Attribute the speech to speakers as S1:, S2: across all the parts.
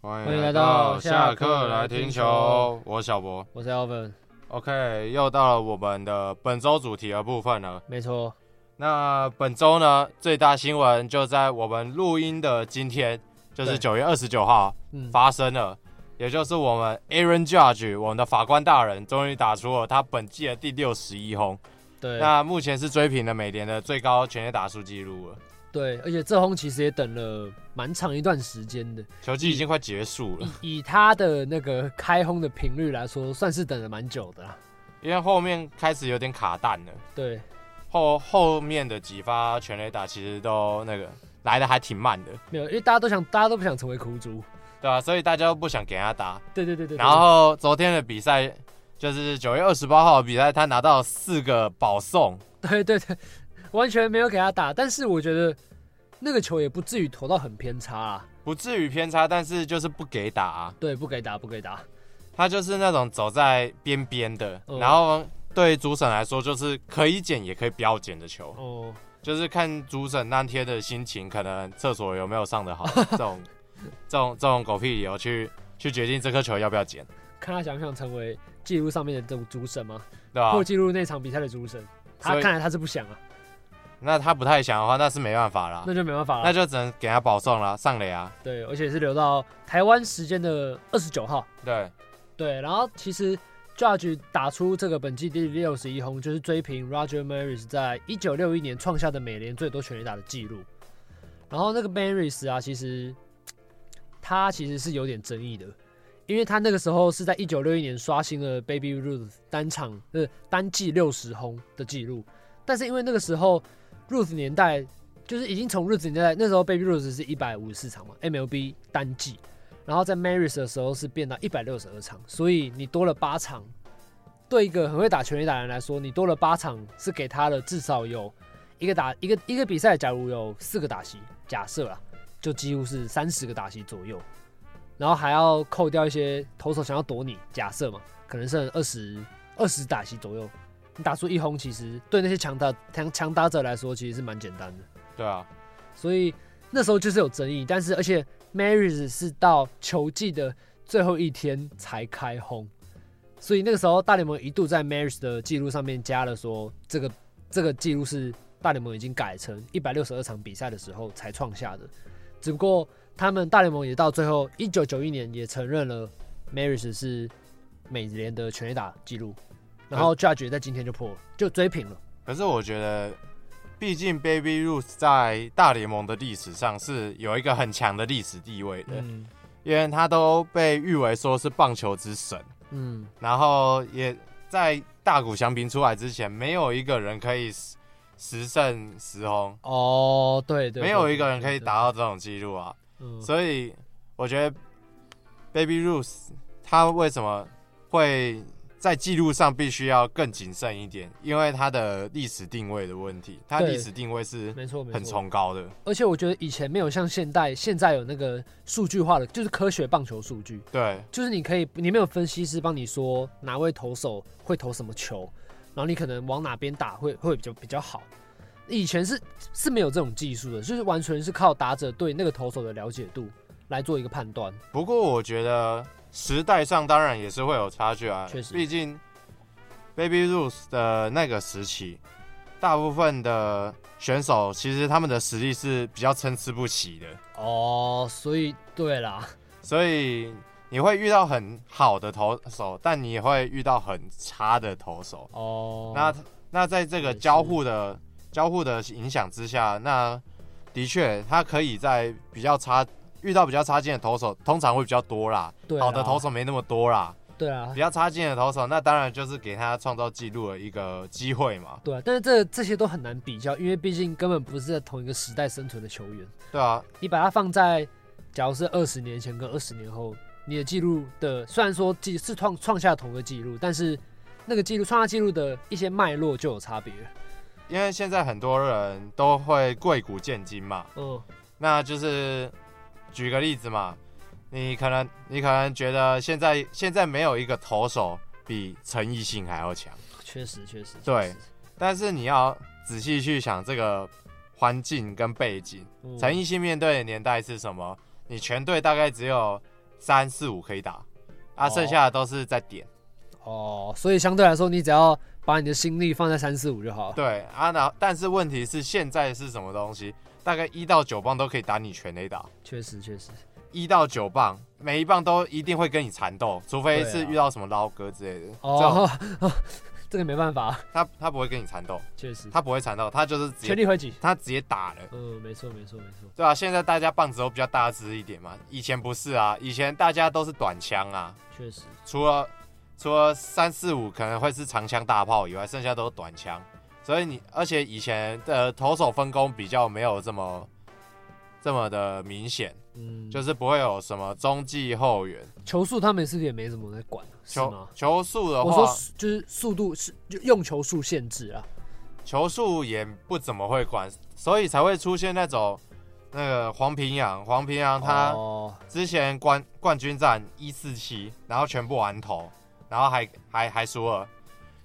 S1: 欢
S2: 迎来到
S1: 下
S2: 下课
S1: 来
S2: 来
S1: 听
S2: 听
S1: 球
S2: 球，
S1: 我是小博。
S2: 我是 Alvin，
S1: OK，又到了我们的本周主题的部分了。
S2: 没错，
S1: 那本周呢，最大新闻就在我们录音的今天，就是
S2: 对
S1: 九月二十九号
S2: 嗯，
S1: 发生了，也就是我们 Aaron Judge，我们的法官大人，终于打出了他本季的第六十一轰。
S2: 对
S1: 那目前是追平了美联的最高全垒打数记录了。
S2: 对，而且这轰其实也等了蛮长一段时间的，
S1: 球季已经快结束了，
S2: 以他的那个开轰的频率来说，算是等了蛮久的啦。
S1: 因为后面开始有点卡蛋了。
S2: 对，
S1: 后后面的几发全垒打其实都那个来的还挺慢的，
S2: 没有，因为大家都想，大家都不想成为苦主。
S1: 对吧、啊所以大家都不想给他打。
S2: 对对对对。对
S1: 然后昨天的比赛就是九月二十八号的比赛，他拿到四个保送，
S2: 对对对，完全没有给他打，但是我觉得那个球也不至于投到很偏差啊。
S1: 不至于偏差，但是就是不给打啊、
S2: 对，不给打，不给打。
S1: 他就是那种走在边边的，
S2: 嗯
S1: 然后对主审来说就是可以捡也可以不要捡的球，
S2: 哦，
S1: 就是看主审那天的心情，可能厕所有没有上的 好，这种这种这种狗屁理由去去决定这颗球要不要捡，
S2: 看他想不想成为记录上面的这种主审吗？
S1: 对吧、
S2: 或记录那场比赛的主审？他
S1: 啊所以
S2: 看来他是不想啊，
S1: 那他不太想的话，那是没办法啦，
S2: 那就没办法了。
S1: 那就只能给他保送啦，上垒啊。
S2: 对，而且是留到台湾时间的二十九号。
S1: 对，
S2: 对，然后其实 Judge 打出这个本季第六十一轰，就是追平 Roger Maris 在一九六一年创下的美联最多全垒打的记录。然后那个 Maris 啊，其实他其实是有点争议的，因为他那个时候是在一九六一年刷新了 Baby Ruth 单场呃单季六十轰的记录，但是因为那个时候 Ruth 年代就是已经从 Ruth 年代那时候 Baby Ruth 是一百五十四场嘛 MLB 单季，然后在 Maris 的时候是变到一百六十二场，所以你多了八场，对一个很会打全垒打的人来说，你多了八场是给他了至少有一个打一个一个比赛，假如有四个打席，假设啦，就几乎是三十个打席左右，然后还要扣掉一些投手想要躲你，假设嘛，可能剩二十二十打席左右，你打出一轰，其实对那些强打强强打者来说，其实是蛮简单的。
S1: 对啊，
S2: 所以那时候就是有争议。但是而且 Maris 是到球季的最后一天才开轰，所以那个时候大联盟一度在 Maris 的记录上面加了说这个这个记录是大联盟已经改成一百六十二场比赛的时候才创下的，只不过他们大联盟也到最后一九九一年也承认了 Maris 是美联的全垒打记录。然
S1: 呃
S2: 后 Judge 也在今天就破了，就追平了。
S1: 可是我觉得，毕竟 Baby Ruth 在大联盟的历史上是有一个很强的历史地位的，
S2: 嗯
S1: 因为他都被誉为说是棒球之神，
S2: 嗯，
S1: 然后也在大谷翔平出来之前，没有一个人可以十十胜十轰，
S2: 哦，对对，
S1: 没有一个人可以
S2: 打。对
S1: 达到这种记录啊。
S2: 嗯
S1: 所以我觉得 Baby Ruth 他为什么会在记录上必须要更谨慎一点，因为他的历史定位的问题，他
S2: 对
S1: 历史定位是
S2: 没错，没错，
S1: 很崇高的，
S2: 而且我觉得以前没有像现代，现在有那个数据化的，就是科学棒球数据，
S1: 对
S2: 就是你可以，你没有分析师帮你说哪位投手会投什么球，然后你可能往哪边打会会比较比较好。以前是是没有这种技术的，就是完全是靠打者对那个投手的了解度来做一个判断。
S1: 不过我觉得时代上当然也是会有差距啊
S2: 确，实
S1: 毕竟 Baby Ruth 的那个时期，大部分的选手其实他们的实力是比较参差不齐的，
S2: 哦，所以对啦，
S1: 所以你会遇到很好的投手，但你也会遇到很差的投手。
S2: 哦，
S1: 那那在这个
S2: 也是
S1: 交互的交互的影响之下，那的确他可以在比较差遇到比较差劲的投手，通常会比较多啦。
S2: 对啦啊
S1: 好的投手没那么多啦，
S2: 对啊
S1: 比，较差劲的投手，那当然就是给他创造纪录的一个机会嘛。
S2: 对啊，但是这这些都很难比较，因为毕竟根本不是在同一个时代生存的球员。
S1: 对啊，
S2: 你把它放在，假如是二十年前跟二十年后，你的记录的虽然说记是创创下同一个记录，但是那个记录创下记录的一些脉络就有差别了。
S1: 因为现在很多人都会贵谷见金嘛，
S2: 嗯，
S1: 那就是举个例子嘛，你可能你可能觉得现在现在没有一个投手比陈奕迅还要强，
S2: 确实确实。
S1: 对
S2: 确实，
S1: 但是你要仔细去想这个环境跟背景，
S2: 嗯
S1: 陈奕迅面对的年代是什么？你全队大概只有三四五可以打，啊，
S2: 哦
S1: 剩下的都是在点。
S2: 哦，所以相对来说，你只要把你的心力放在三四五就好了。
S1: 对啊，然后但是问题是现在是什么东西？大概一到九棒都可以打你全垒打，
S2: 确实，确实，
S1: 一到九棒每一棒都一定会跟你缠斗，除非
S2: 对
S1: 是
S2: 啊
S1: 遇到什么捞哥之类的。这种
S2: 哦， 这个没办法，
S1: 他他不会跟你缠斗，
S2: 确实，
S1: 他不会缠斗，他就是直
S2: 全
S1: 接
S2: 力挥击。
S1: 他直接打了。
S2: 嗯，没错，没错，没错。
S1: 对啊，现在大家棒子都比较大只一点嘛，以前不是啊，以前大家都是短枪啊，
S2: 确实，
S1: 除了除了三四五可能会是长枪大炮以外，剩下都是短枪。所以你而且以前的投手分工比较没有这么这么的明显，
S2: 嗯，
S1: 就是是不会有什么中继后援。
S2: 球速他们是不是也没怎么在管，是
S1: 球
S2: 吗？
S1: 球速的
S2: 我说
S1: 话，
S2: 速就是速度是就用球数限制啊。
S1: 球速也不怎么会管，所以才会出现那种那个黄平洋，黄平洋他
S2: 哦，
S1: 之前冠冠军战一四七，然后全部完投，然后还还还输了，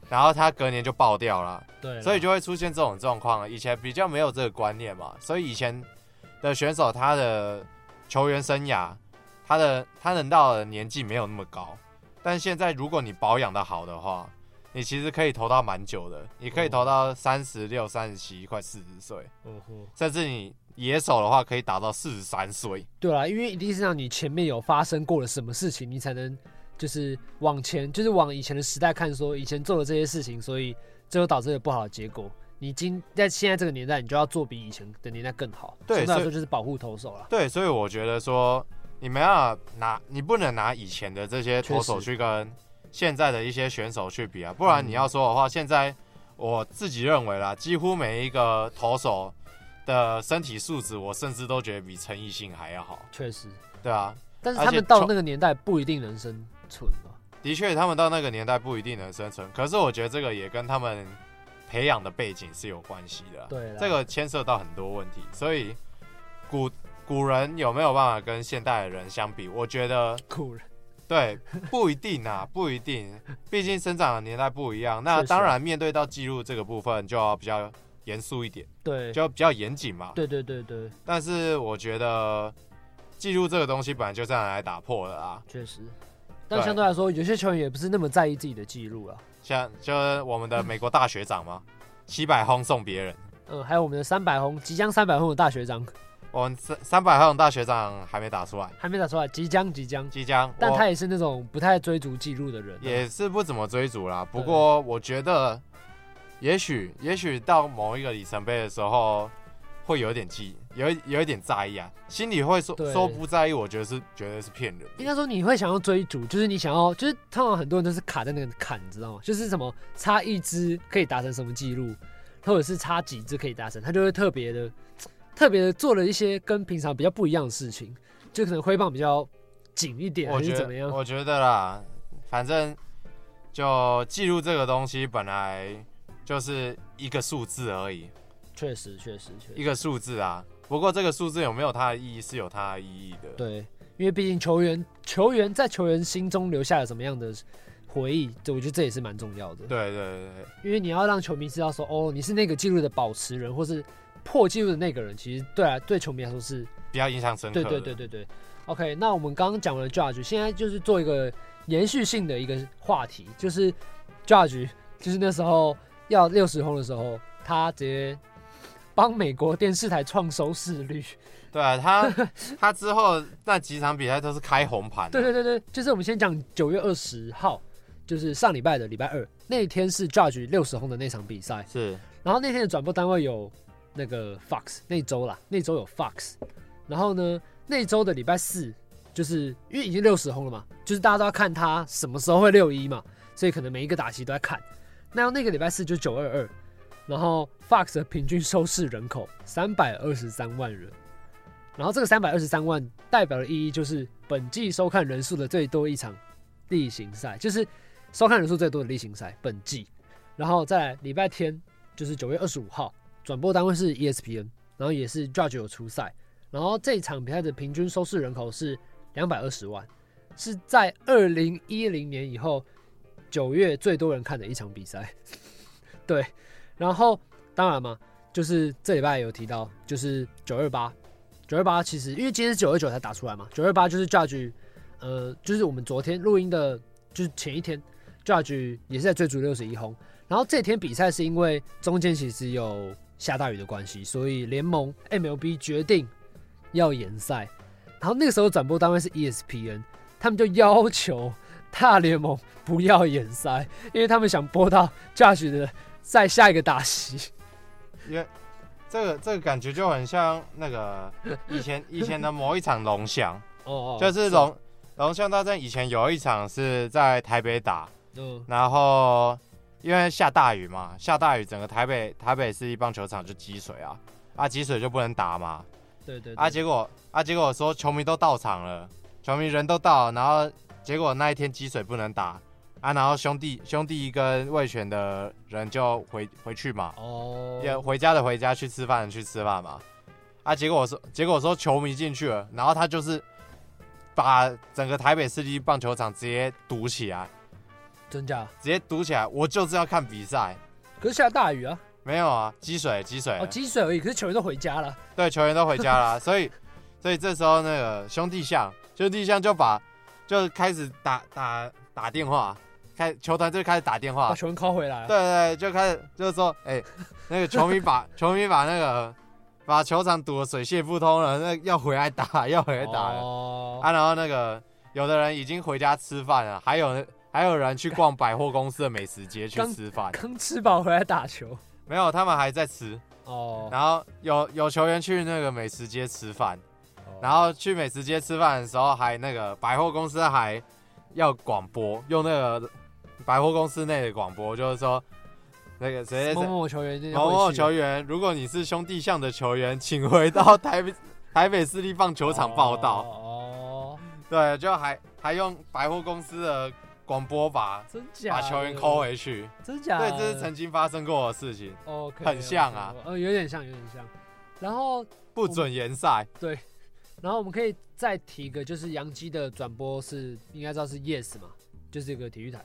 S1: 然后他隔年就爆掉了。
S2: 对啦，啊
S1: 所以就会出现这种状况。以前比较没有这个观念嘛，所以以前的选手他的球员生涯，他的他能到的年纪没有那么高，但现在如果你保养的好的话，你其实可以投到蛮久的，你可以投到三十六、三十七，快四十岁，
S2: 嗯哼，
S1: 甚至你野手的话可以打到四十三岁。
S2: 对啦，因为一定是让你前面有发生过了什么事情，你才能就是往前，就是往以前的时代看，说以前做了这些事情，所以最后导致了不好的结果。你今在现在这个年代，你就要做比以前的年代更好。
S1: 对
S2: 相对来
S1: 所
S2: 说就是保护投手啦。
S1: 对，所以我觉得说，你没办法拿，你不能拿以前的这些投手去跟现在的一些选手去比啊，不然你要说的话，现在我自己认为啦，几乎每一个投手的身体素质，我甚至都觉得比陈奕迅还要好，
S2: 确实，
S1: 对啊，
S2: 但是
S1: 而
S2: 他
S1: 且
S2: 们到
S1: 从
S2: 那个年代不一定能生存吧？
S1: 的确，他们到那个年代不一定能生存，可是我觉得这个也跟他们培养的背景是有关系的啊，
S2: 对啦，
S1: 这个牵涉到很多问题，所以古古人有没有办法跟现代的人相比，我觉得。
S2: 酷了。
S1: 对，不一定啊，不一定，毕竟生长的年代不一样。那
S2: 确实
S1: 当然，面对到记录这个部分就要比较严肃一点，
S2: 对，
S1: 就要比较严谨嘛。
S2: 对对对对，
S1: 但是我觉得记录这个东西本来就是拿来打破啊的啦。
S2: 确实。但
S1: 对
S2: 相对来说，有些球员也不是那么在意自己的记录了。
S1: 像就是我们的美国大学长嘛，七百轰送别人，
S2: 嗯，还有我们的三百轰，即将三百轰的大学长
S1: 我们三三百轰大学长还没打出来，
S2: 还没打出来，即将即将。
S1: 即将，
S2: 但
S1: 我
S2: 他也是那种不太追逐记录的人啊、
S1: 也是不怎么追逐啦。不
S2: 对
S1: 过我觉得，也许也许到某一个里程碑的时候，会有一点记，有一有一点在意啊，心里会说
S2: 对
S1: 说不在意，我觉得是绝对是骗人
S2: 应
S1: 的。
S2: 该说你会想要追逐，就是你想要，就是通常很多人都是卡在那个坎，你知道吗？就是什么差一支可以达成什么记录，或者是差几支可以达成，他就会特别的、特别的做了一些跟平常比较不一样的事情，就可能挥棒比较紧一点，
S1: 我
S2: 还
S1: 觉
S2: 是怎么
S1: 得
S2: 样？
S1: 我觉得啦，反正就记录这个东西本来就是一个数字而已，
S2: 确实，确实，确
S1: 一
S2: 实，
S1: 个数字啊。不过这个数字有没有它的意义是有它的意义的。
S2: 对，因为毕竟球员、球员在球员心中留下了什么样的回忆，这我觉得这也是蛮重要的。
S1: 对对对对，
S2: 因为你要让球迷知道说，哦，你是那个记录的保持人，或是破纪录的那个人。其实对啊，对球迷来说是，
S1: 比较印象深刻
S2: 对
S1: 的。
S2: 对对对对。OK，那我们刚刚讲完了 Judge，现在就是做一个延续性的一个话题，就是 Judge，就是那时候要六十轰的时候，他直接帮美国电视台创收视率。
S1: 对啊，他 他之后那几场比赛都是开红盘、啊。
S2: 对对对对，就是我们先讲九月二十号，就是上礼拜的礼拜二那一天是 Judge 六十轰的那场比赛。
S1: 是
S2: 然后那天的转播单位有那个 Fox 那周啦，那周有 Fox，然后呢那周的礼拜四，就是因为已经六十轰了嘛，就是大家都要看他什么时候会六一嘛，所以可能每一个打席都在看。那那个礼拜四就九二二，然后 Fox 的平均收视人口三百二十三万人，然后这个三百二十三万代表的意义就是本季收看人数的最多一场例行赛，就是收看人数最多的例行赛本季。然后再来礼拜天就是九月二十五号，转播单位是 E ESPN，然后也是 Judge 有出赛，然后这一场比赛的平均收视人口是两百二十万，是在二零一零年以后九月最多人看的一场比赛。 对，然后当然嘛，就是这礼拜有提到，就是九二八，九二八其实因为今天是九二九才打出来嘛，九二八就是 Judge。呃，就是我们昨天录音的，就是前一天，Judge 也是在追逐六十一轰。然后这天比赛是因为中间其实有下大雨的关系，所以联盟 MLB 决定要延赛。然后那个时候转播单位是 E ESPN，他们就要求大联盟不要延赛，因为他们想播到 Judge 的在下一个打席。
S1: 因为这个这个感觉就很像那 个以前以前的某一场龙翔，
S2: 哦哦，
S1: 就是龙龙翔大战以前有一场是在台北打，
S2: 嗯
S1: 然后因为下大雨嘛，下大雨整个台北台北市立棒球场就积水啊，啊积水就不能打嘛，
S2: 对对
S1: 啊
S2: 对，
S1: 结果啊结果说球迷都到场了，球迷人都到了，然后结果那一天积水不能打啊，然后兄弟兄弟跟魏权的人就回回去嘛，
S2: 哦，
S1: 也回家的回家，去吃饭的去吃饭嘛。啊，结果我说，结果我说球迷进去了，然后他就是把整个台北市立棒球场直接堵起来，
S2: 真假？
S1: 直接堵起来。我就是要看比赛，
S2: 可是下大雨啊，
S1: 没有啊，积水积水了，
S2: 哦，积水而已，可是球员都回家了。
S1: 对，球员都回家啦，所以所以这时候那个兄弟象，兄弟象就把就开始打打打电话，开球团就开始打电话
S2: 把，球员 call 回来了。
S1: 对对，就开始就是说，哎、那个球迷把 球迷把那个把球场堵得水泄不通了，那要回来打， 要回来打了、
S2: 哦，
S1: 啊。然后那个有的人已经回家吃饭了，还有还有人去逛百货公司的美食街去
S2: 刚
S1: 吃饭，
S2: 刚吃饱回来打球。
S1: 没有，他们还在吃。
S2: 哦，
S1: 然后有有球员去那个美食街吃饭，
S2: 哦
S1: 然后去美食街吃饭的时候还那个百货公司还要广播，用那个百货公司内的广播，就是说那个谁谁谁
S2: 某。某球员今天
S1: 某某
S2: 回去了
S1: 球员，如果你是兄弟象的球员，请回到台 北台北市立棒球场报道。
S2: 哦，哦
S1: 对，就还还用百货公司的广播把
S2: 真假
S1: 把
S2: 的？
S1: 球员抠回去。
S2: 真假的？
S1: 对，这是曾经发生过的事情，
S2: OK，
S1: 很像啊
S2: OK，OK，呃，有点像，有点像。然后，
S1: 不准延赛。
S2: 然后我们可以再提一个，就是杨基的转播是应该知道是 Yes 嘛，就是一个体育台。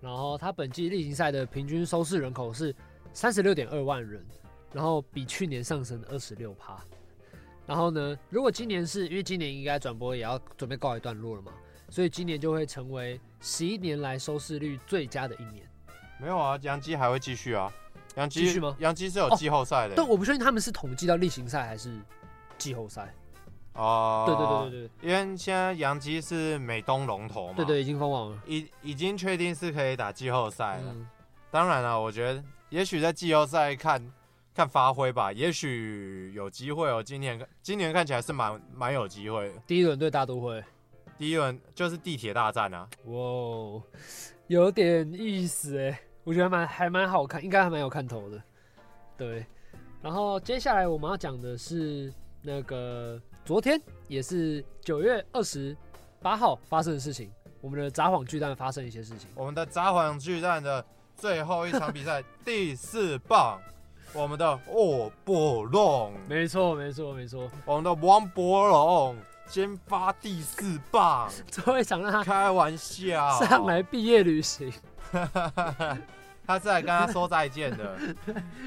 S2: 然后它本季例行赛的平均收视人口是三十六点二万人，然后比去年上升二十六趴。然后呢，如果今年是因为今年应该转播也要准备告一段落了嘛，所以今年就会成为十一年来收视率最佳的一年。
S1: 没有啊，杨基还会继续啊。杨基
S2: 继续吗
S1: 杨基是有
S2: 哦
S1: 季后赛的
S2: 但。我不确定他们是统计到例行赛还是季后赛。
S1: 哦
S2: 对对对对对
S1: 对，因为现在杨基是美东龙头嘛。
S2: 对对，已经封王了。
S1: 已已经确定是可以打季后赛了。
S2: 嗯，
S1: 当然了，我觉得也许在季后赛看看发挥吧，也许有机会哦。今年今年看起来是蛮蛮有机会的。
S2: 第一轮对大都会，
S1: 第一轮就是地铁大战啊，
S2: 哇哦，有点意思哎，我觉得还蛮还蛮好看，应该还蛮有看头的。对，然后接下来我们要讲的是那个昨天也是九月二十八号发生的事情，我们的札幌巨蛋发生一些事情。
S1: 我们的札幌巨蛋的最后一场比赛第四棒， 我们的沃波龙，
S2: 没错，没错，没错，
S1: 我们的王博龙先发第四棒，
S2: 最后一场让他
S1: 开玩笑，
S2: 上来毕业旅行。
S1: 他是来跟他说再见的，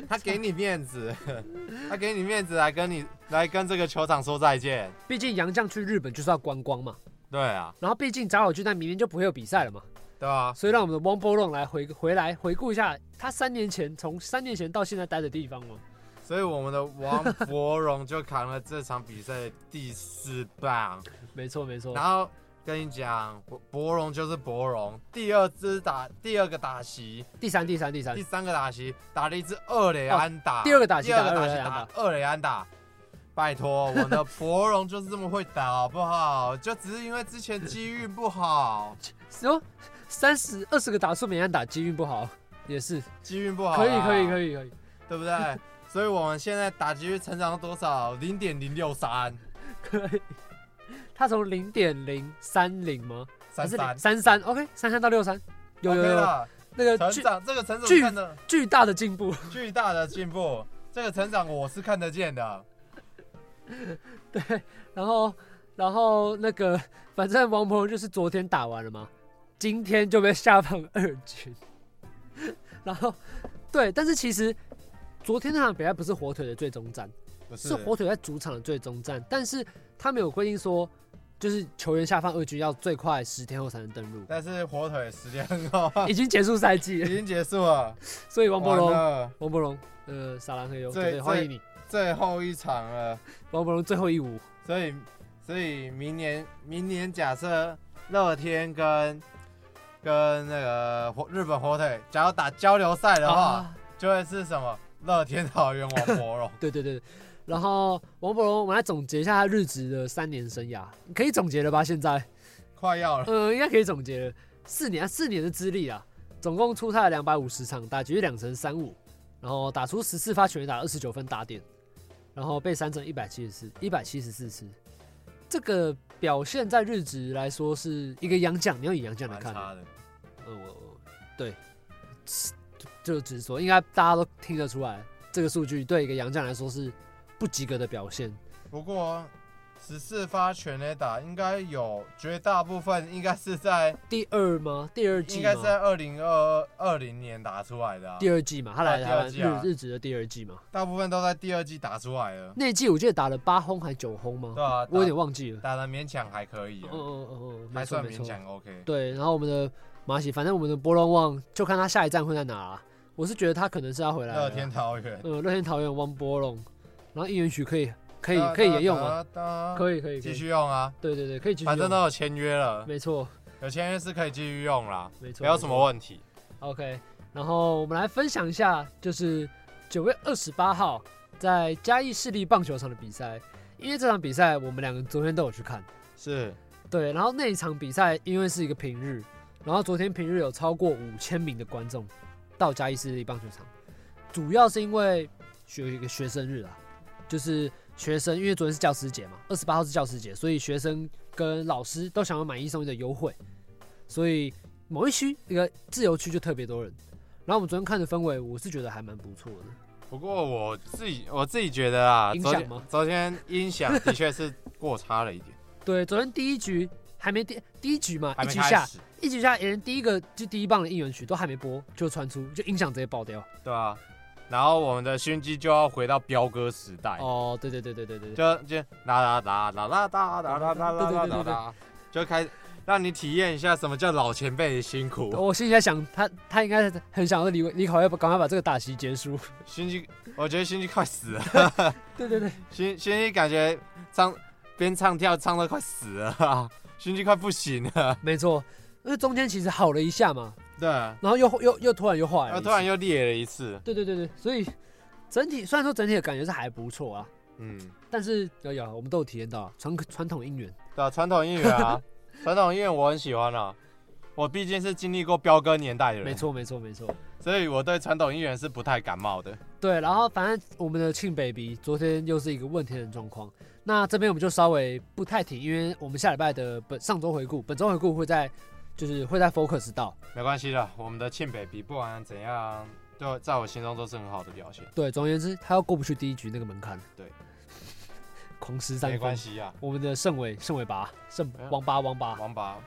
S1: 他给你面子， 他给你面子来跟你来跟这个球场说再见。
S2: 毕竟杨绛去日本就是要观光嘛，
S1: 对啊，
S2: 然后毕竟札幌巨蛋明年就不会有比赛了嘛，
S1: 对啊，
S2: 所以让我们的汪波龙来回回来回顾一下他三年前从三年前到现在待的地方哦嘛。
S1: 所以我们的王柏荣就扛了这场比赛的第四棒。
S2: 没错没错
S1: 然，后跟你讲，柏柏荣就是柏荣，第二支打第二个打席，
S2: 第三第三第三
S1: 第，三个打席打了一支二垒安打、
S2: 哦第二个打席
S1: 第二个打席
S2: 打
S1: 打二垒安打。拜托，我们的柏荣就是这么会打，好不好？就只是因为之前机遇不好，
S2: 然后哦三十二十个打数每人打机运不好，也是
S1: 机运不好啦，
S2: 可以可以可
S1: 以，
S2: 以可以，
S1: 对不对？所以我们现在打击率成长到多少？零点零六三
S2: 他从零点零三零吗？
S1: 三
S2: 还
S1: 三
S2: 是，三三？OK，三三到六三，有有
S1: OK
S2: 有
S1: 了，
S2: 那个
S1: 成
S2: 巨
S1: 长这个成长
S2: 巨
S1: 看的
S2: 巨大的进步，
S1: 巨大的进步，这个成长我是看得见的。
S2: 然后然后那个 反正王鹏就是昨天打完了嘛，今天就被下放二军， 然后对，但是其实昨天那场比赛不是火腿的最终战。
S1: 不
S2: 是火腿在主场的最终战，但是他没有规定说就是球员下放二军要最快十天后才能登录，
S1: 但是火腿时间 很好，
S2: 已经结束赛季
S1: 已
S2: 了，
S1: 经结束了。
S2: 所以王伯
S1: 啊完
S2: 荣，
S1: 了
S2: 王伯荣，呃，萨兰赫尤，
S1: 最
S2: 对，欢
S1: 最
S2: 迎你，
S1: 最后一场了，
S2: 王伯荣最后一舞，
S1: 所以所以明年明年假设乐天跟跟那个火日本火腿，假如打交流赛的话，
S2: 啊。
S1: 就会是什么乐天桃园王柏荣
S2: 对对对，然后王伯荣，我们来总结一下他日职的三年生涯，可以总结了吧？现在，
S1: 快要了，
S2: 呃，应该可以总结了，四年啊，四年的资历啊，总共出赛两百五十场，打局率两成三五，然后打出十四发全垒打，二十九分打点，然后被三振一百七十四，一百七十四次，这个表现在日职来说是一个洋将，你要以洋将来
S1: 蛮
S2: 看的，
S1: 差的。
S2: 呃，我我对，就直说，应该大家都听得出来，这个数据对一个洋将来说是不及格的表现。
S1: 不过十四发全垒打应该有绝大部分应该是在
S2: 第二吗？第二季
S1: 应
S2: 吗
S1: 该？是在二零二二零年打出来的啊、
S2: 第二季嘛，他来
S1: 啊
S2: 台湾
S1: 第二季啊
S2: 日日职的第二季嘛，
S1: 大部分都在第二季打出来了。
S2: 那一季我记得打了八轰还九轰吗？
S1: 对啊，
S2: 哦我有
S1: 打
S2: 点忘记了。
S1: 打的勉强还可以
S2: 嗯
S1: 啊，
S2: 嗯嗯嗯，没
S1: 还
S2: 错
S1: 算
S2: 没
S1: 勉
S2: 错。
S1: 强 OK。
S2: 对，然后我们的马喜，反正我们的波浪旺就看他下一站会在哪啊、我是觉得他可能是要回来
S1: 乐
S2: 了。
S1: 天桃园
S2: 呃，乐天桃园汪波龙，然后应援曲可以可以可以沿用啊，
S1: 啊以
S2: 可以可以可
S1: 继
S2: 以，
S1: 续用啊，
S2: 对对对，可以继续用啊。
S1: 反正都有签约了，
S2: 没错，
S1: 有签约是可以继续用啦，
S2: 没
S1: 啊
S2: 错，
S1: 没有什么
S2: 问。
S1: 问题。
S2: OK，然后我们来分享一下，就是九月二十八号在嘉义市立棒球场的比赛，因为这场比赛我们两个昨天都有去看，
S1: 是
S2: 对，然后那一场比赛因为是一个平日，然后昨天平日有超过五千名的观众到嘉义市立棒球场，主要是因为学一个学生日啊，就是学生，因为昨天是教师节嘛，二十八号是教师节，所以学生跟老师都想要买一送一的优惠，所以某一区那个自由区就特别多人。然后我们昨天看的氛围，我是觉得还蛮不错的，
S1: 不过我自己我自己觉得啊，
S2: 音
S1: 昨
S2: 响
S1: 天
S2: 吗
S1: 昨天音 响的确是过差了一点，
S2: 对，昨天第一局还没第第一局嘛，
S1: 还
S2: 一
S1: 没
S2: 局
S1: 开
S2: 下
S1: 始，
S2: 一局下，连第一个就第一棒的应援曲都还没播就传出，就音响直接爆掉。
S1: 对吧、啊？然后我们的熏鸡就要回到彪哥时代，
S2: 哦，对对对对对对，
S1: 就就啦啦啦啦啦啦啦啦啦啦啦啦啦，就开始让你体验一下什么叫老前辈的辛苦。
S2: 我心里在想，他他应该很想要李李考要不赶快把这个打席结束。
S1: 熏鸡，我觉得熏鸡快死了，
S2: 对对对，
S1: 熏熏鸡感觉唱边唱跳唱的快死了， 熏鸡快不行了，
S2: 没错，因为中间其实好了一下嘛，
S1: 对，然
S2: 然后又又又突然又坏
S1: 后
S2: 了一次，
S1: 哦突然又裂了一次，
S2: 对对对对，所以整体虽然说整体的感觉是还不错啊，
S1: 嗯。
S2: 但是有有我们都有体验到啊传传统应援，
S1: 对啊，传统音乐啊， 传统音乐我很喜欢啊。我毕竟是经历过彪哥年代的人，
S2: 没，错没错没错。
S1: 所以我对传统音乐是不太感冒的。
S2: 对，然后反正我们的庆 baby 昨天又是一个问天的状况，那这边我们就稍微不太提，因为我们下礼拜的本上周回顾，本周回顾会在就是会在 focus 到，
S1: 没关系的，我们的庆北比不管怎样，对我，在我心中都是很好的表现，
S2: 对，总而言之，他要过不去第一局那个门槛，
S1: 对，
S2: 狂失
S1: 没
S2: 三
S1: 关
S2: 分。
S1: 系啊。
S2: 我们的盛伟盛伟拔盛
S1: 没有
S2: 王八王八，
S1: 王八，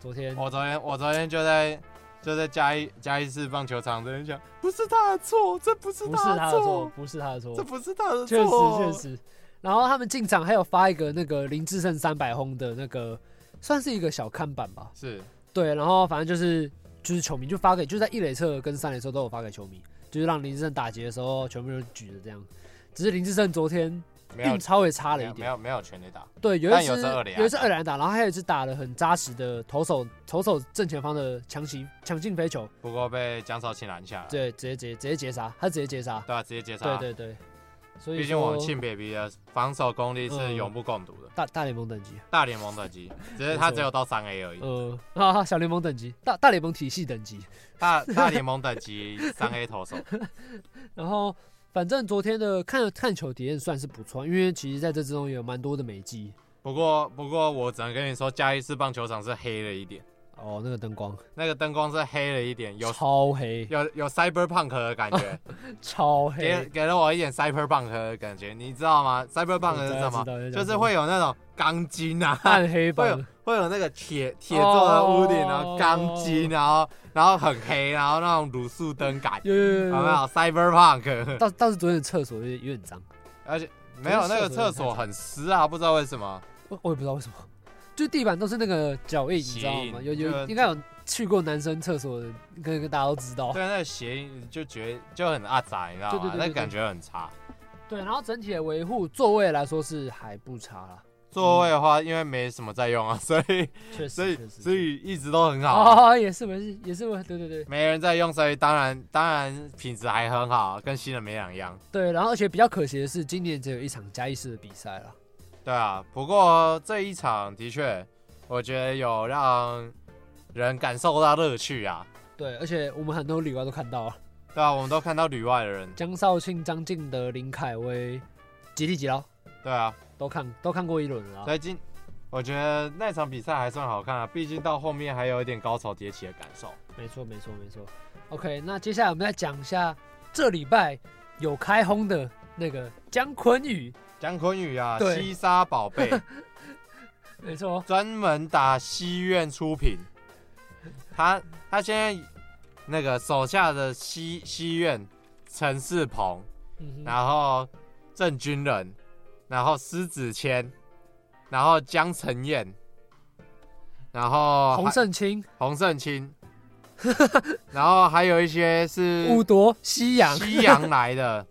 S2: 昨天
S1: 我昨天我昨天就在就在嘉义嘉义市棒球场这边讲，不是他的错，这不是
S2: 不是他的错
S1: 错，，
S2: 不是他的错，
S1: 这不是他的错，
S2: 确实确实。然后他们进场还有发一个那个林志胜三百轰的那个，算是一个小看板吧，
S1: 是
S2: 对，然后反正就是就是球迷就发给，就在一垒侧跟三垒侧都有发给球迷，就是让林志胜打劫的时候，全部人举着这样。只是林志胜昨天
S1: 没有
S2: 运超也差了
S1: 没
S2: 一
S1: 有没
S2: 点，
S1: 有没有全力打，
S2: 对，有一
S1: 但
S2: 次
S1: 有时候二垒安打啊
S2: 有一次二垒安打，然后还有一次打了很扎实的投手投手正前方的强行强劲飞球，
S1: 不过被江少庆拦下了，对
S2: 对，直接直接直接截杀，他直接截杀，
S1: 啊，直接接杀
S2: 对。对对，所以
S1: 毕竟我们
S2: 说
S1: 庆 baby 的防守功力
S2: 嗯
S1: 是永不共睹的，
S2: 大大联盟等级，
S1: 大联盟等级，只是他只有到三 A 而已。
S2: 呃，哈哈，小联盟等级，大大联盟体系等级，
S1: 大大联盟等级三 A 投手，
S2: 然后反正昨天的看看球体验算是不错，因为其实在这之中也有蛮多的美技
S1: 不过不过我只能跟你说，嘉义市棒球场是黑了一点，
S2: 哦，那个灯光
S1: 那个灯光是黑了一点， 有
S2: 超黑，
S1: 有有 cyberpunk 的感 觉，
S2: 超
S1: 给
S2: 黑，
S1: 给了我一点 cyberpunk 的感觉，你知道吗？cyberpunk 是什
S2: 我
S1: 么
S2: 知道？知道
S1: 就是会有那种钢筋啊，
S2: 暗黑
S1: 会
S2: 版，
S1: 会有那个铁铁做的屋顶，然后钢筋，然后然后很黑，然后那种卤素灯感，
S2: 有有有有
S1: 有
S2: 有
S1: 没啊有 cyberpunk？
S2: 倒倒是昨天的厕所有点有点脏，
S1: 而且没有那个厕所很湿啊，不知道为什么。
S2: 我我也不知道为什么，就地板都是那个脚印，你知道
S1: 鞋
S2: 吗？
S1: 印
S2: 有有
S1: 就
S2: 应该有去过男生厕所的，跟跟大家都知道。
S1: 对，那个谐音就觉得就很阿杂，你知道
S2: 对对
S1: 吗？
S2: 对对
S1: 那
S2: 对
S1: 感觉很差。
S2: 对，然后整体的维护座位来说是还不差啦，
S1: 座位的话，因为没什么在用啊，所以
S2: 确实，
S1: 所以
S2: 确实
S1: 所以一直都很好啊、
S2: 哦，也是没事，也是对对对
S1: 没人在用，所以当然当然品质还很好，啊跟新的没两样。
S2: 对，然后而且比较可惜的是，今年只有一场嘉义市的比赛啦。
S1: 对啊，不过这一场的确，我觉得有让人感受到乐趣啊。
S2: 对，而且我们很多旅外都看到了，
S1: 对啊，我们都看到旅外的人。
S2: 江少庆、张敬德、林凯威、吉利吉劳
S1: 对啊，
S2: 都看都看过一轮了啦。
S1: 所以今我觉得那场比赛还算好看啊，毕竟到后面还有一点高潮迭起的感受。
S2: 没错，没错，没错。OK，那接下来我们再讲一下这礼拜有开轰的那个姜昆宇，
S1: 蒋坤宇啊，
S2: 对
S1: 西沙宝贝
S2: 没错，哦
S1: 专门打西院出品，他他现在那个手下的西西院陈世鹏，
S2: 嗯哼，
S1: 然后郑军人，然后施子谦，然后江晨燕，然后
S2: 洪
S1: 还
S2: 胜清、
S1: 洪胜清，然后还有一些 是
S2: 武夺、西洋，
S1: 西洋来的，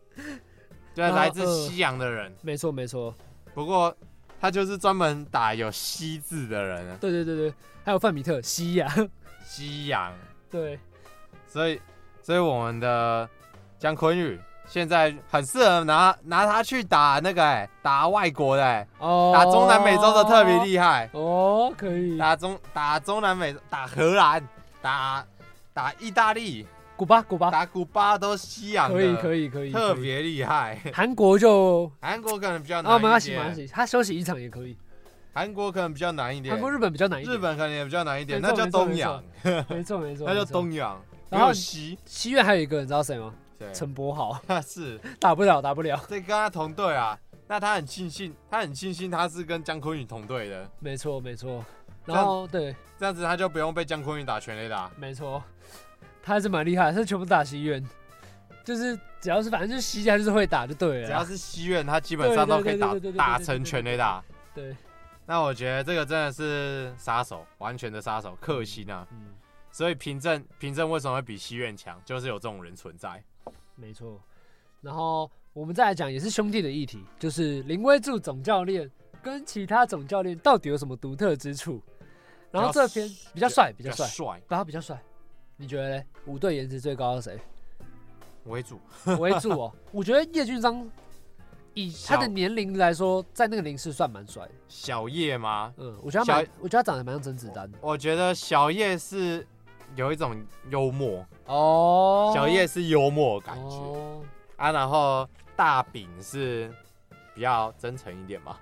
S1: 对，
S2: 然后
S1: 来自
S2: 呃
S1: 西洋的人。
S2: 没错，没错，
S1: 不过他就是专门打有“西”字的人啊，
S2: 对对对对，还有范米特、西洋，
S1: 西洋。
S2: 对，
S1: 所以，所以我们的姜昆宇现在很适合拿拿他去打那个、欸、打外国的、欸，
S2: 哦，
S1: 打中南美洲的特别厉害，
S2: 哦，可以，
S1: 打中打中南美打荷兰，打打意大利，
S2: 古巴，古巴，
S1: 打古巴都西洋的，
S2: 啊可以，可以，可以，
S1: 特
S2: 可以
S1: 别厉害。
S2: 韩国就
S1: 韩国可能比较
S2: 啊，
S1: 难
S2: 没关
S1: 一
S2: 系，没关
S1: 点，
S2: 系，他休息一场也可以，
S1: 韩国可能比较难一点
S2: 韩，国、日本比较难一点，
S1: 日本可能也比较难一点，
S2: 没
S1: 那
S2: 错
S1: 叫东洋，
S2: 没错没错，
S1: 那叫
S2: 没错。
S1: 东洋，没
S2: 然后
S1: 有西。
S2: 西院还有一个，你知道谁吗？
S1: 对，
S2: 陈柏豪，
S1: 是
S2: 打不了，打不了，
S1: 这跟他同队啊，那他很庆幸，他很庆幸他是跟姜昆宇同队的，
S2: 没错没错。
S1: 这
S2: 然
S1: 样
S2: 后对，
S1: 这样子他就不用被姜昆宇打全垒打。
S2: 没错，他还是蛮厉害，他全部打西院，就是只要是反正就是西家就是会打就对了
S1: 只
S2: 啦。
S1: 要是西院，他基本上都可以打
S2: 对对对对对对对对
S1: 打成全垒打。
S2: 对，
S1: 那我觉得这个真的是杀手，完全的杀手，克星啊！
S2: 嗯，
S1: 所以凭证凭证为什么会比西院强，就是有这种人存在。
S2: 没错。然后我们再来讲也是兄弟的议题，就是林威柱总教练跟其他总教练到底有什么独特之处？然后这篇比较帅，比较帅，
S1: 帅，
S2: 对他比较帅。你觉得嘞？五队颜值最高 的谁？
S1: 为主。
S2: 为主哦。我觉得叶俊章以他的
S1: 小
S2: 年龄来说，在那个龄是算蛮帅的。
S1: 小叶吗？
S2: 嗯，我觉得他蛮
S1: 小，
S2: 我觉得他长得蛮像甄子丹的。
S1: 我觉得小叶是有一种幽默，
S2: 哦，
S1: 小叶是幽默的感觉、
S2: 哦
S1: 啊，然后大饼是比较真诚一点嘛。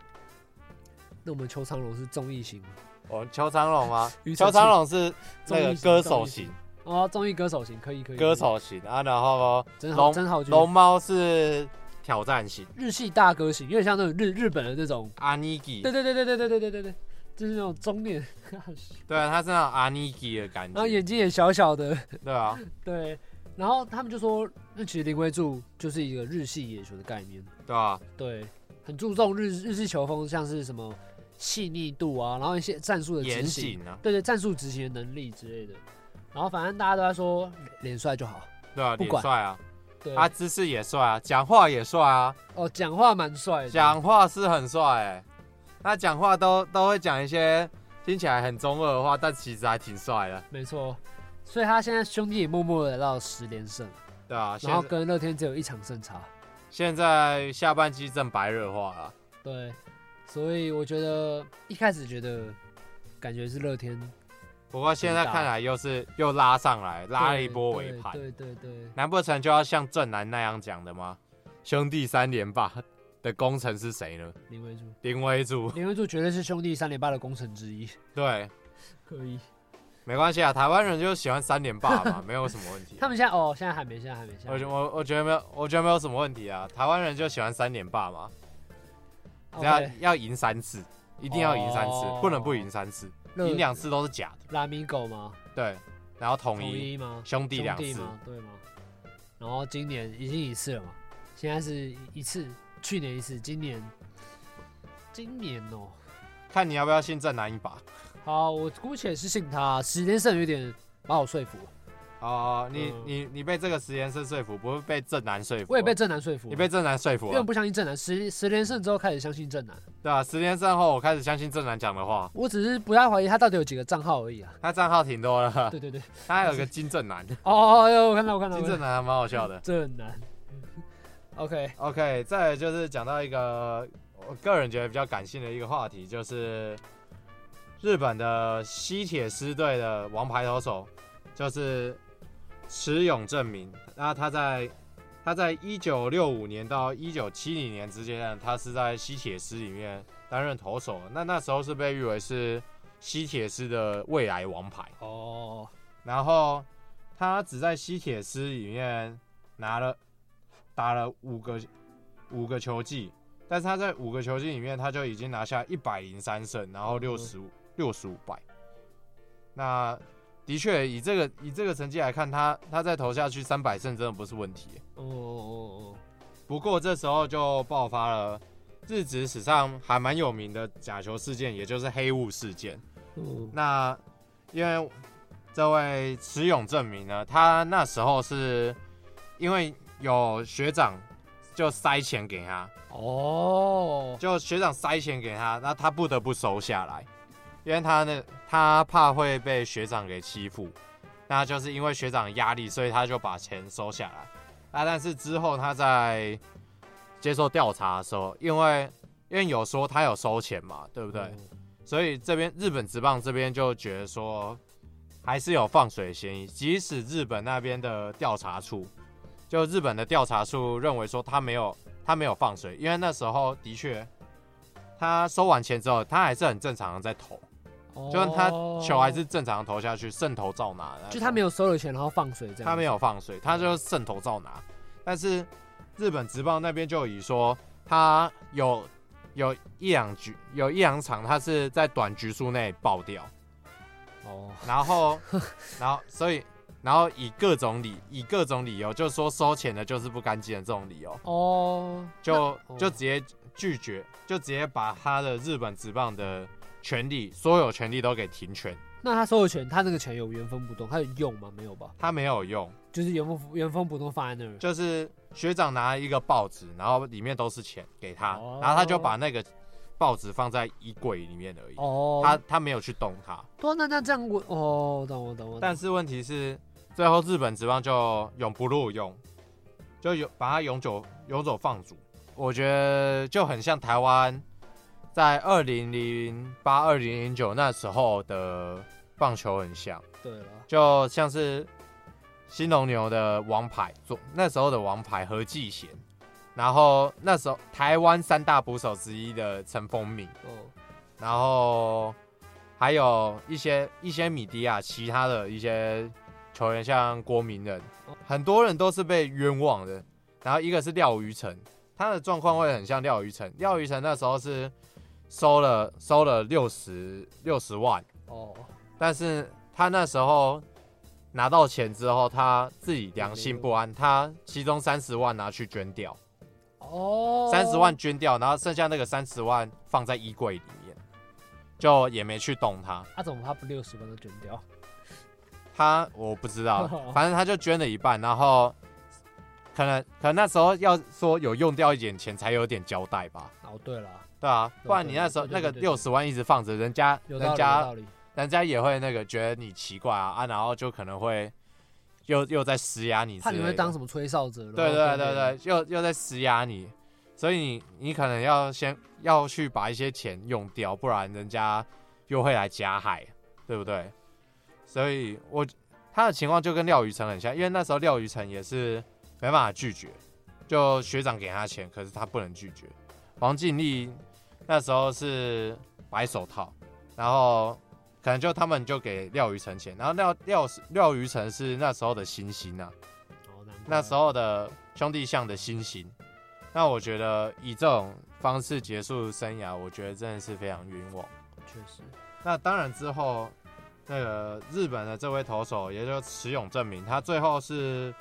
S2: 那我们邱昌荣是综艺型吗？
S1: 哦，邱昌龙吗？
S2: 庾澄
S1: 邱
S2: 庆
S1: 昌龙是那
S2: 综
S1: 个
S2: 艺型
S1: 歌手型，
S2: 哦，综艺歌手型可以可以。
S1: 歌手型啊，然后
S2: 可以真好
S1: 龙
S2: 真好
S1: 龙
S2: 就
S1: 猫是挑战型，
S2: 日系大歌型，有点像那种日日本的那种。
S1: 阿尼基，
S2: 对对对对对对对对对对，就是那种中年，
S1: 对啊，他是那种阿尼基的感
S2: 然后
S1: 觉，
S2: 眼睛哦也小小的，
S1: 对啊，
S2: 对。然后他们就说，那其实林威柱就是一个日系野球的概念。
S1: 对啊，
S2: 对，很注重日日式球风，像是什么细腻度啊，然后一些战术的执
S1: 严
S2: 行，
S1: 谨啊，
S2: 对对，战术执行的能力之类的。然后反正大家都在说脸脸帅就好，
S1: 对啊，
S2: 不
S1: 脸
S2: 管
S1: 帅啊，
S2: 对，
S1: 他姿势也帅啊，讲话也帅啊，
S2: 哦，讲话蛮帅的，
S1: 讲话是很帅哎、他讲话都都会讲一些听起来很中二的话，但其实还挺帅的，
S2: 没错。所以他现在兄弟也默默的到十连胜，
S1: 对啊，
S2: 然
S1: 现在
S2: 后跟乐天只有一场胜差，
S1: 现在下半季正白热化了，
S2: 对。所以我觉得一开始觉得感觉是乐天
S1: 不过现在看来又是又拉上来，拉了一波尾
S2: 对
S1: 盘，
S2: 对对对，
S1: 难不成就要像正南那样讲的吗？兄弟三连霸的功臣是谁呢？
S2: 林威柱，
S1: 林威柱，
S2: 林威柱绝对是兄弟三连霸的功臣之 一，
S1: 对，
S2: 可以。
S1: 没关系啊，台湾人就喜欢三连霸嘛， 没有什么问题啊、
S2: 他们现在哦，现在还没，现在还没，现在
S1: 我
S2: 还
S1: 觉
S2: 没。
S1: 我我觉得没有，我觉得没有什么问题啊。台湾人就喜欢三连霸嘛，只要
S2: OK
S1: 要赢三次，一定要赢三次，
S2: 哦
S1: 不能不赢三次，
S2: 乐
S1: 赢两次都是假的。
S2: 拉米狗吗？
S1: 对，然后统
S2: 统
S1: 一
S2: 一吗？
S1: 兄弟两次，
S2: 吗？对吗？然后今年已经一次了嘛，现在是一次，去年一次，今年今年哦、
S1: 看你要不要信正南一把。
S2: 好，我姑且是信他，十连胜有点把我说服，
S1: 哦，你、
S2: 嗯
S1: 你你被这个实验室说服，不是被正南说服。啊
S2: 我也被正南说服，
S1: 你被正南说服啊
S2: 因为
S1: 了
S2: 我，不相信正南，十十连胜之后开始相信正南，
S1: 对啊，十年胜后，我开始相信正南讲的话，
S2: 我只是不太怀疑他到底有几个账号而已啊。
S1: 他账号挺多的，
S2: 对对对，
S1: 他还有个金正男，
S2: 哦，哟，我看到我看到，
S1: 金
S2: 我看
S1: 正
S2: 到
S1: 男还蛮好笑的。
S2: 正南，OK，
S1: OK，再来就是讲到一个我个人觉得比较感性的一个话题，就是日本的西铁狮队的王牌投手就是池永正明，那他在他在一九六五年到一九七零年之间，他是在西铁狮里面担任投手，那那时候是被誉为是西铁狮的未来王牌。
S2: 哦，
S1: 然后他只在西铁狮里面拿了打了五个五个球季，但是他在五个球季里面他就已经拿下一百零三胜，然后六十五六十五败。那的确以这个以这个成绩来看，他他再投下去三百胜真的不是问题。
S2: 哦哦哦
S1: 不过这时候就爆发了日职史上还蛮有名的假球事件，也就是黑雾事件。
S2: 哦，嗯，
S1: 那因为这位池永正明呢，他那时候是因为有学长就塞钱给他，
S2: 哦，
S1: 就学长塞钱给他，那他不得不收下来，因为他呢，他怕会被学长给欺负，那就是因为学长的压力，所以他就把钱收下来。啊，但是之后他在接受调查的时候，因为因为有说他有收钱嘛，对不对？所以这边日本职棒这边就觉得说，还是有放水嫌疑。即使日本那边的调查处，就日本的调查处认为说他没有他没有放水，因为那时候的确他收完钱之后，他还是很正常的在投，
S2: 哦，
S1: 就算他球还是正常的投下去，胜投照拿的那种。
S2: 就他没有收了钱，然后放水这样，
S1: 他没
S2: 有，
S1: 有放水，他就胜投照拿。但是日本职棒那边就以说他有有一两局有一两场他是在短局数内爆掉，
S2: 哦，
S1: 然 后然后所以然后以各种理以各种理由，就说收钱的就是不干净的这种理由，
S2: 哦，
S1: 就
S2: 那哦
S1: 就直接拒绝，就直接把他的日本职棒的权利所有权利都给停权，
S2: 那他收了钱，他那个钱有原封不动，他有用吗？没有吧，
S1: 他没有用。
S2: 就是原封原封不动放在那儿，
S1: 就是学长拿一个报纸，然后里面都是钱给他，
S2: 哦
S1: 然后他就把那个报纸放在衣柜里面而已。
S2: 哦，
S1: 他他没有去动它，
S2: 对啊，那那这样我哦，我懂我懂我懂，
S1: 但是问题是，最后日本职棒就永不录用，就永把它永久永久放逐。我觉得就很像台湾在二零零八、二零零九那时候的棒球很像。
S2: 对了，
S1: 就像是新龙牛的王牌，左那时候的王牌何继贤，然后那时候台湾三大捕手之一的陈风敏，
S2: 哦，
S1: 然后还有一些一些米迪亚其他的一些球员，像郭明仁，很多人都是被冤枉的。然后一个是廖于成，他的状况会很像廖于成，廖于成那时候是收了收了六十六十万。
S2: 哦，
S1: 但是他那时候拿到钱之后，他自己良心不安，他其中三十万拿去捐掉，
S2: 哦，
S1: 三十万捐掉，然后剩下那个三十万放在衣柜里面，就也没去动它。
S2: 啊，怎么他不六十万都捐掉？
S1: 他我不知 道，
S2: 哦
S1: 反正他就捐了一半，然后可能可能那时候要说有用掉一点钱才有点交代吧，
S2: 哦，对了，
S1: 对啊，不然你那时候
S2: 对
S1: 那
S2: 对
S1: 个
S2: 对对对
S1: 六十万一直放着，人家
S2: 有道
S1: 人
S2: 理，有
S1: 家
S2: 道理。
S1: 人家也会那个觉得你奇怪啊啊，然后就可能会又又在施压你之
S2: 怕
S1: 类
S2: 你
S1: 的，
S2: 会当什么吹哨者？
S1: 对对
S2: 然后
S1: 对
S2: 跟
S1: 对，又又在施压你，所以你你可能要先要去把一些钱用掉，不然人家又会来加害，对不对？所以我他的情况就跟廖宇成很像，因为那时候廖宇成也是没办法拒绝，就学长给他钱，可是他不能拒绝。王静丽那时候是白手套，然后可能就他们就给廖宇成钱，然后廖廖廖宇成是那时候的新星啊，
S2: 哦难怪
S1: 那时候的兄弟象的新型。那我觉得以这种方式结束生涯，我觉得真的是非常冤枉。
S2: 确实，
S1: 那当然之后，那个日本的这位投手，也就是池永正明，他最后是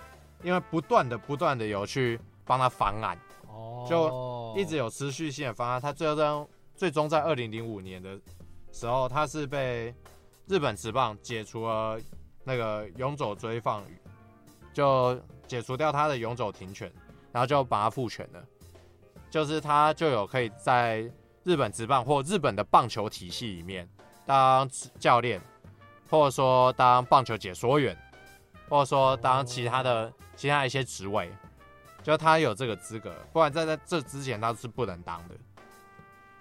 S1: 因为不断的不断的有去帮他翻案，
S2: 哦，
S1: 就一直有持续性的方案，他最后让最终在二零零五年的时候，他是被日本职棒解除了那个永久追放，就解除掉他的永久停权，然后就把他复权了，就是他就有可以在日本职棒或日本的棒球体系里面当教练，或者说当棒球解说员，或者说当其他的其他一些职位，就他有这个资格，不然在在这之前他是不能当的。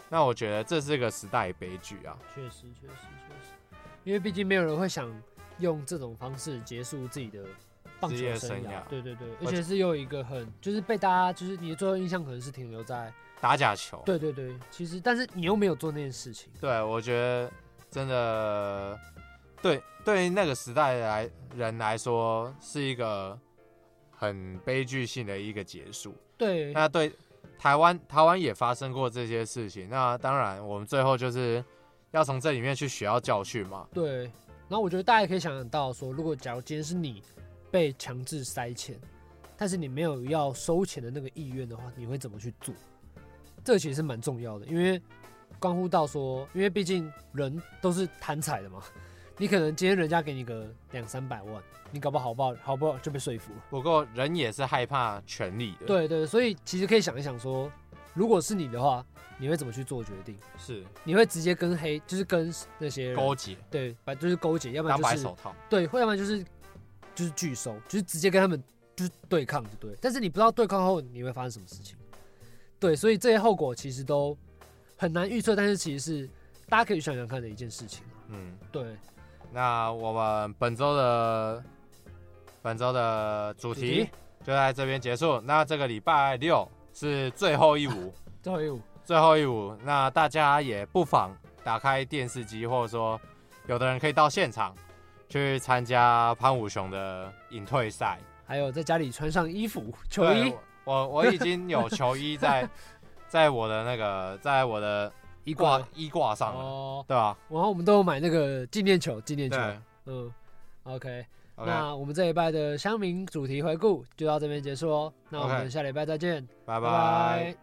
S1: 那我觉得这是个时代悲剧啊。
S2: 确实，确实，确实，因为毕竟没有人会想用这种方式结束自己的棒球
S1: 职业生
S2: 涯
S1: 涯。
S2: 对对对，
S1: 而
S2: 而且是又一个很，就是被大家，就是你的最后印象可能是停留在，
S1: 打假球，
S2: 对对对，其实但是你又没有做那件事情，
S1: 对，我觉得真的，对对于那个时代来人来说，是一个很悲剧性的一个结束。
S2: 对，
S1: 那对台湾，台湾也发生过这些事情。那当然，我们最后就是要从这里面去学到教训嘛。
S2: 对，然后我觉得大家也可以想得到说，如果假如今天是你被强制塞钱，但是你没有要收钱的那个意愿的话，你会怎么去做？这其实是蛮重要的，因为关乎到说，因为毕竟人都是贪财的嘛，你可能今天人家给你个两三百万，你搞不好好不好好不好就被说服了。
S1: 不过人也是害怕权力的，，
S2: 对对，所以其实可以想一想说，如果是你的话，你会怎么去做决定？
S1: 是
S2: 你会直接跟黑，就是跟那些人
S1: 勾结
S2: 对，把就是勾结，要不然
S1: 当
S2: 就
S1: 白
S2: 是
S1: 手套。
S2: 对，会要不然就是就是拒收，就是直接跟他们就是对抗，就对。但是你不知道对抗后你会发生什么事情，对，所以这些后果其实都很难预测，但是其实是大家可以想想看的一件事情。啊
S1: 嗯，
S2: 对，
S1: 那我们本周的本周的主
S2: 主
S1: 题就在这边结束。那这个礼拜六是最后一 舞，
S2: 最后一舞，
S1: 最后一舞，那大家也不妨打开电视机，或者说有的人可以到现场去参加潘武雄的隐退赛。
S2: 还有在家里穿上衣服球
S1: 对
S2: 衣，
S1: 我我已经有球衣 在在我的那个在我的
S2: 一
S1: 挂衣挂上了，
S2: 哦，
S1: 对吧？
S2: 然后我们都有买那个纪念球，纪念球，
S1: 对
S2: 嗯。OK，,
S1: ，OK，
S2: 那我们这礼拜的乡民主题回顾就到这边结束哦。那我
S1: OK
S2: 们下礼拜再见，
S1: 拜
S2: 拜拜。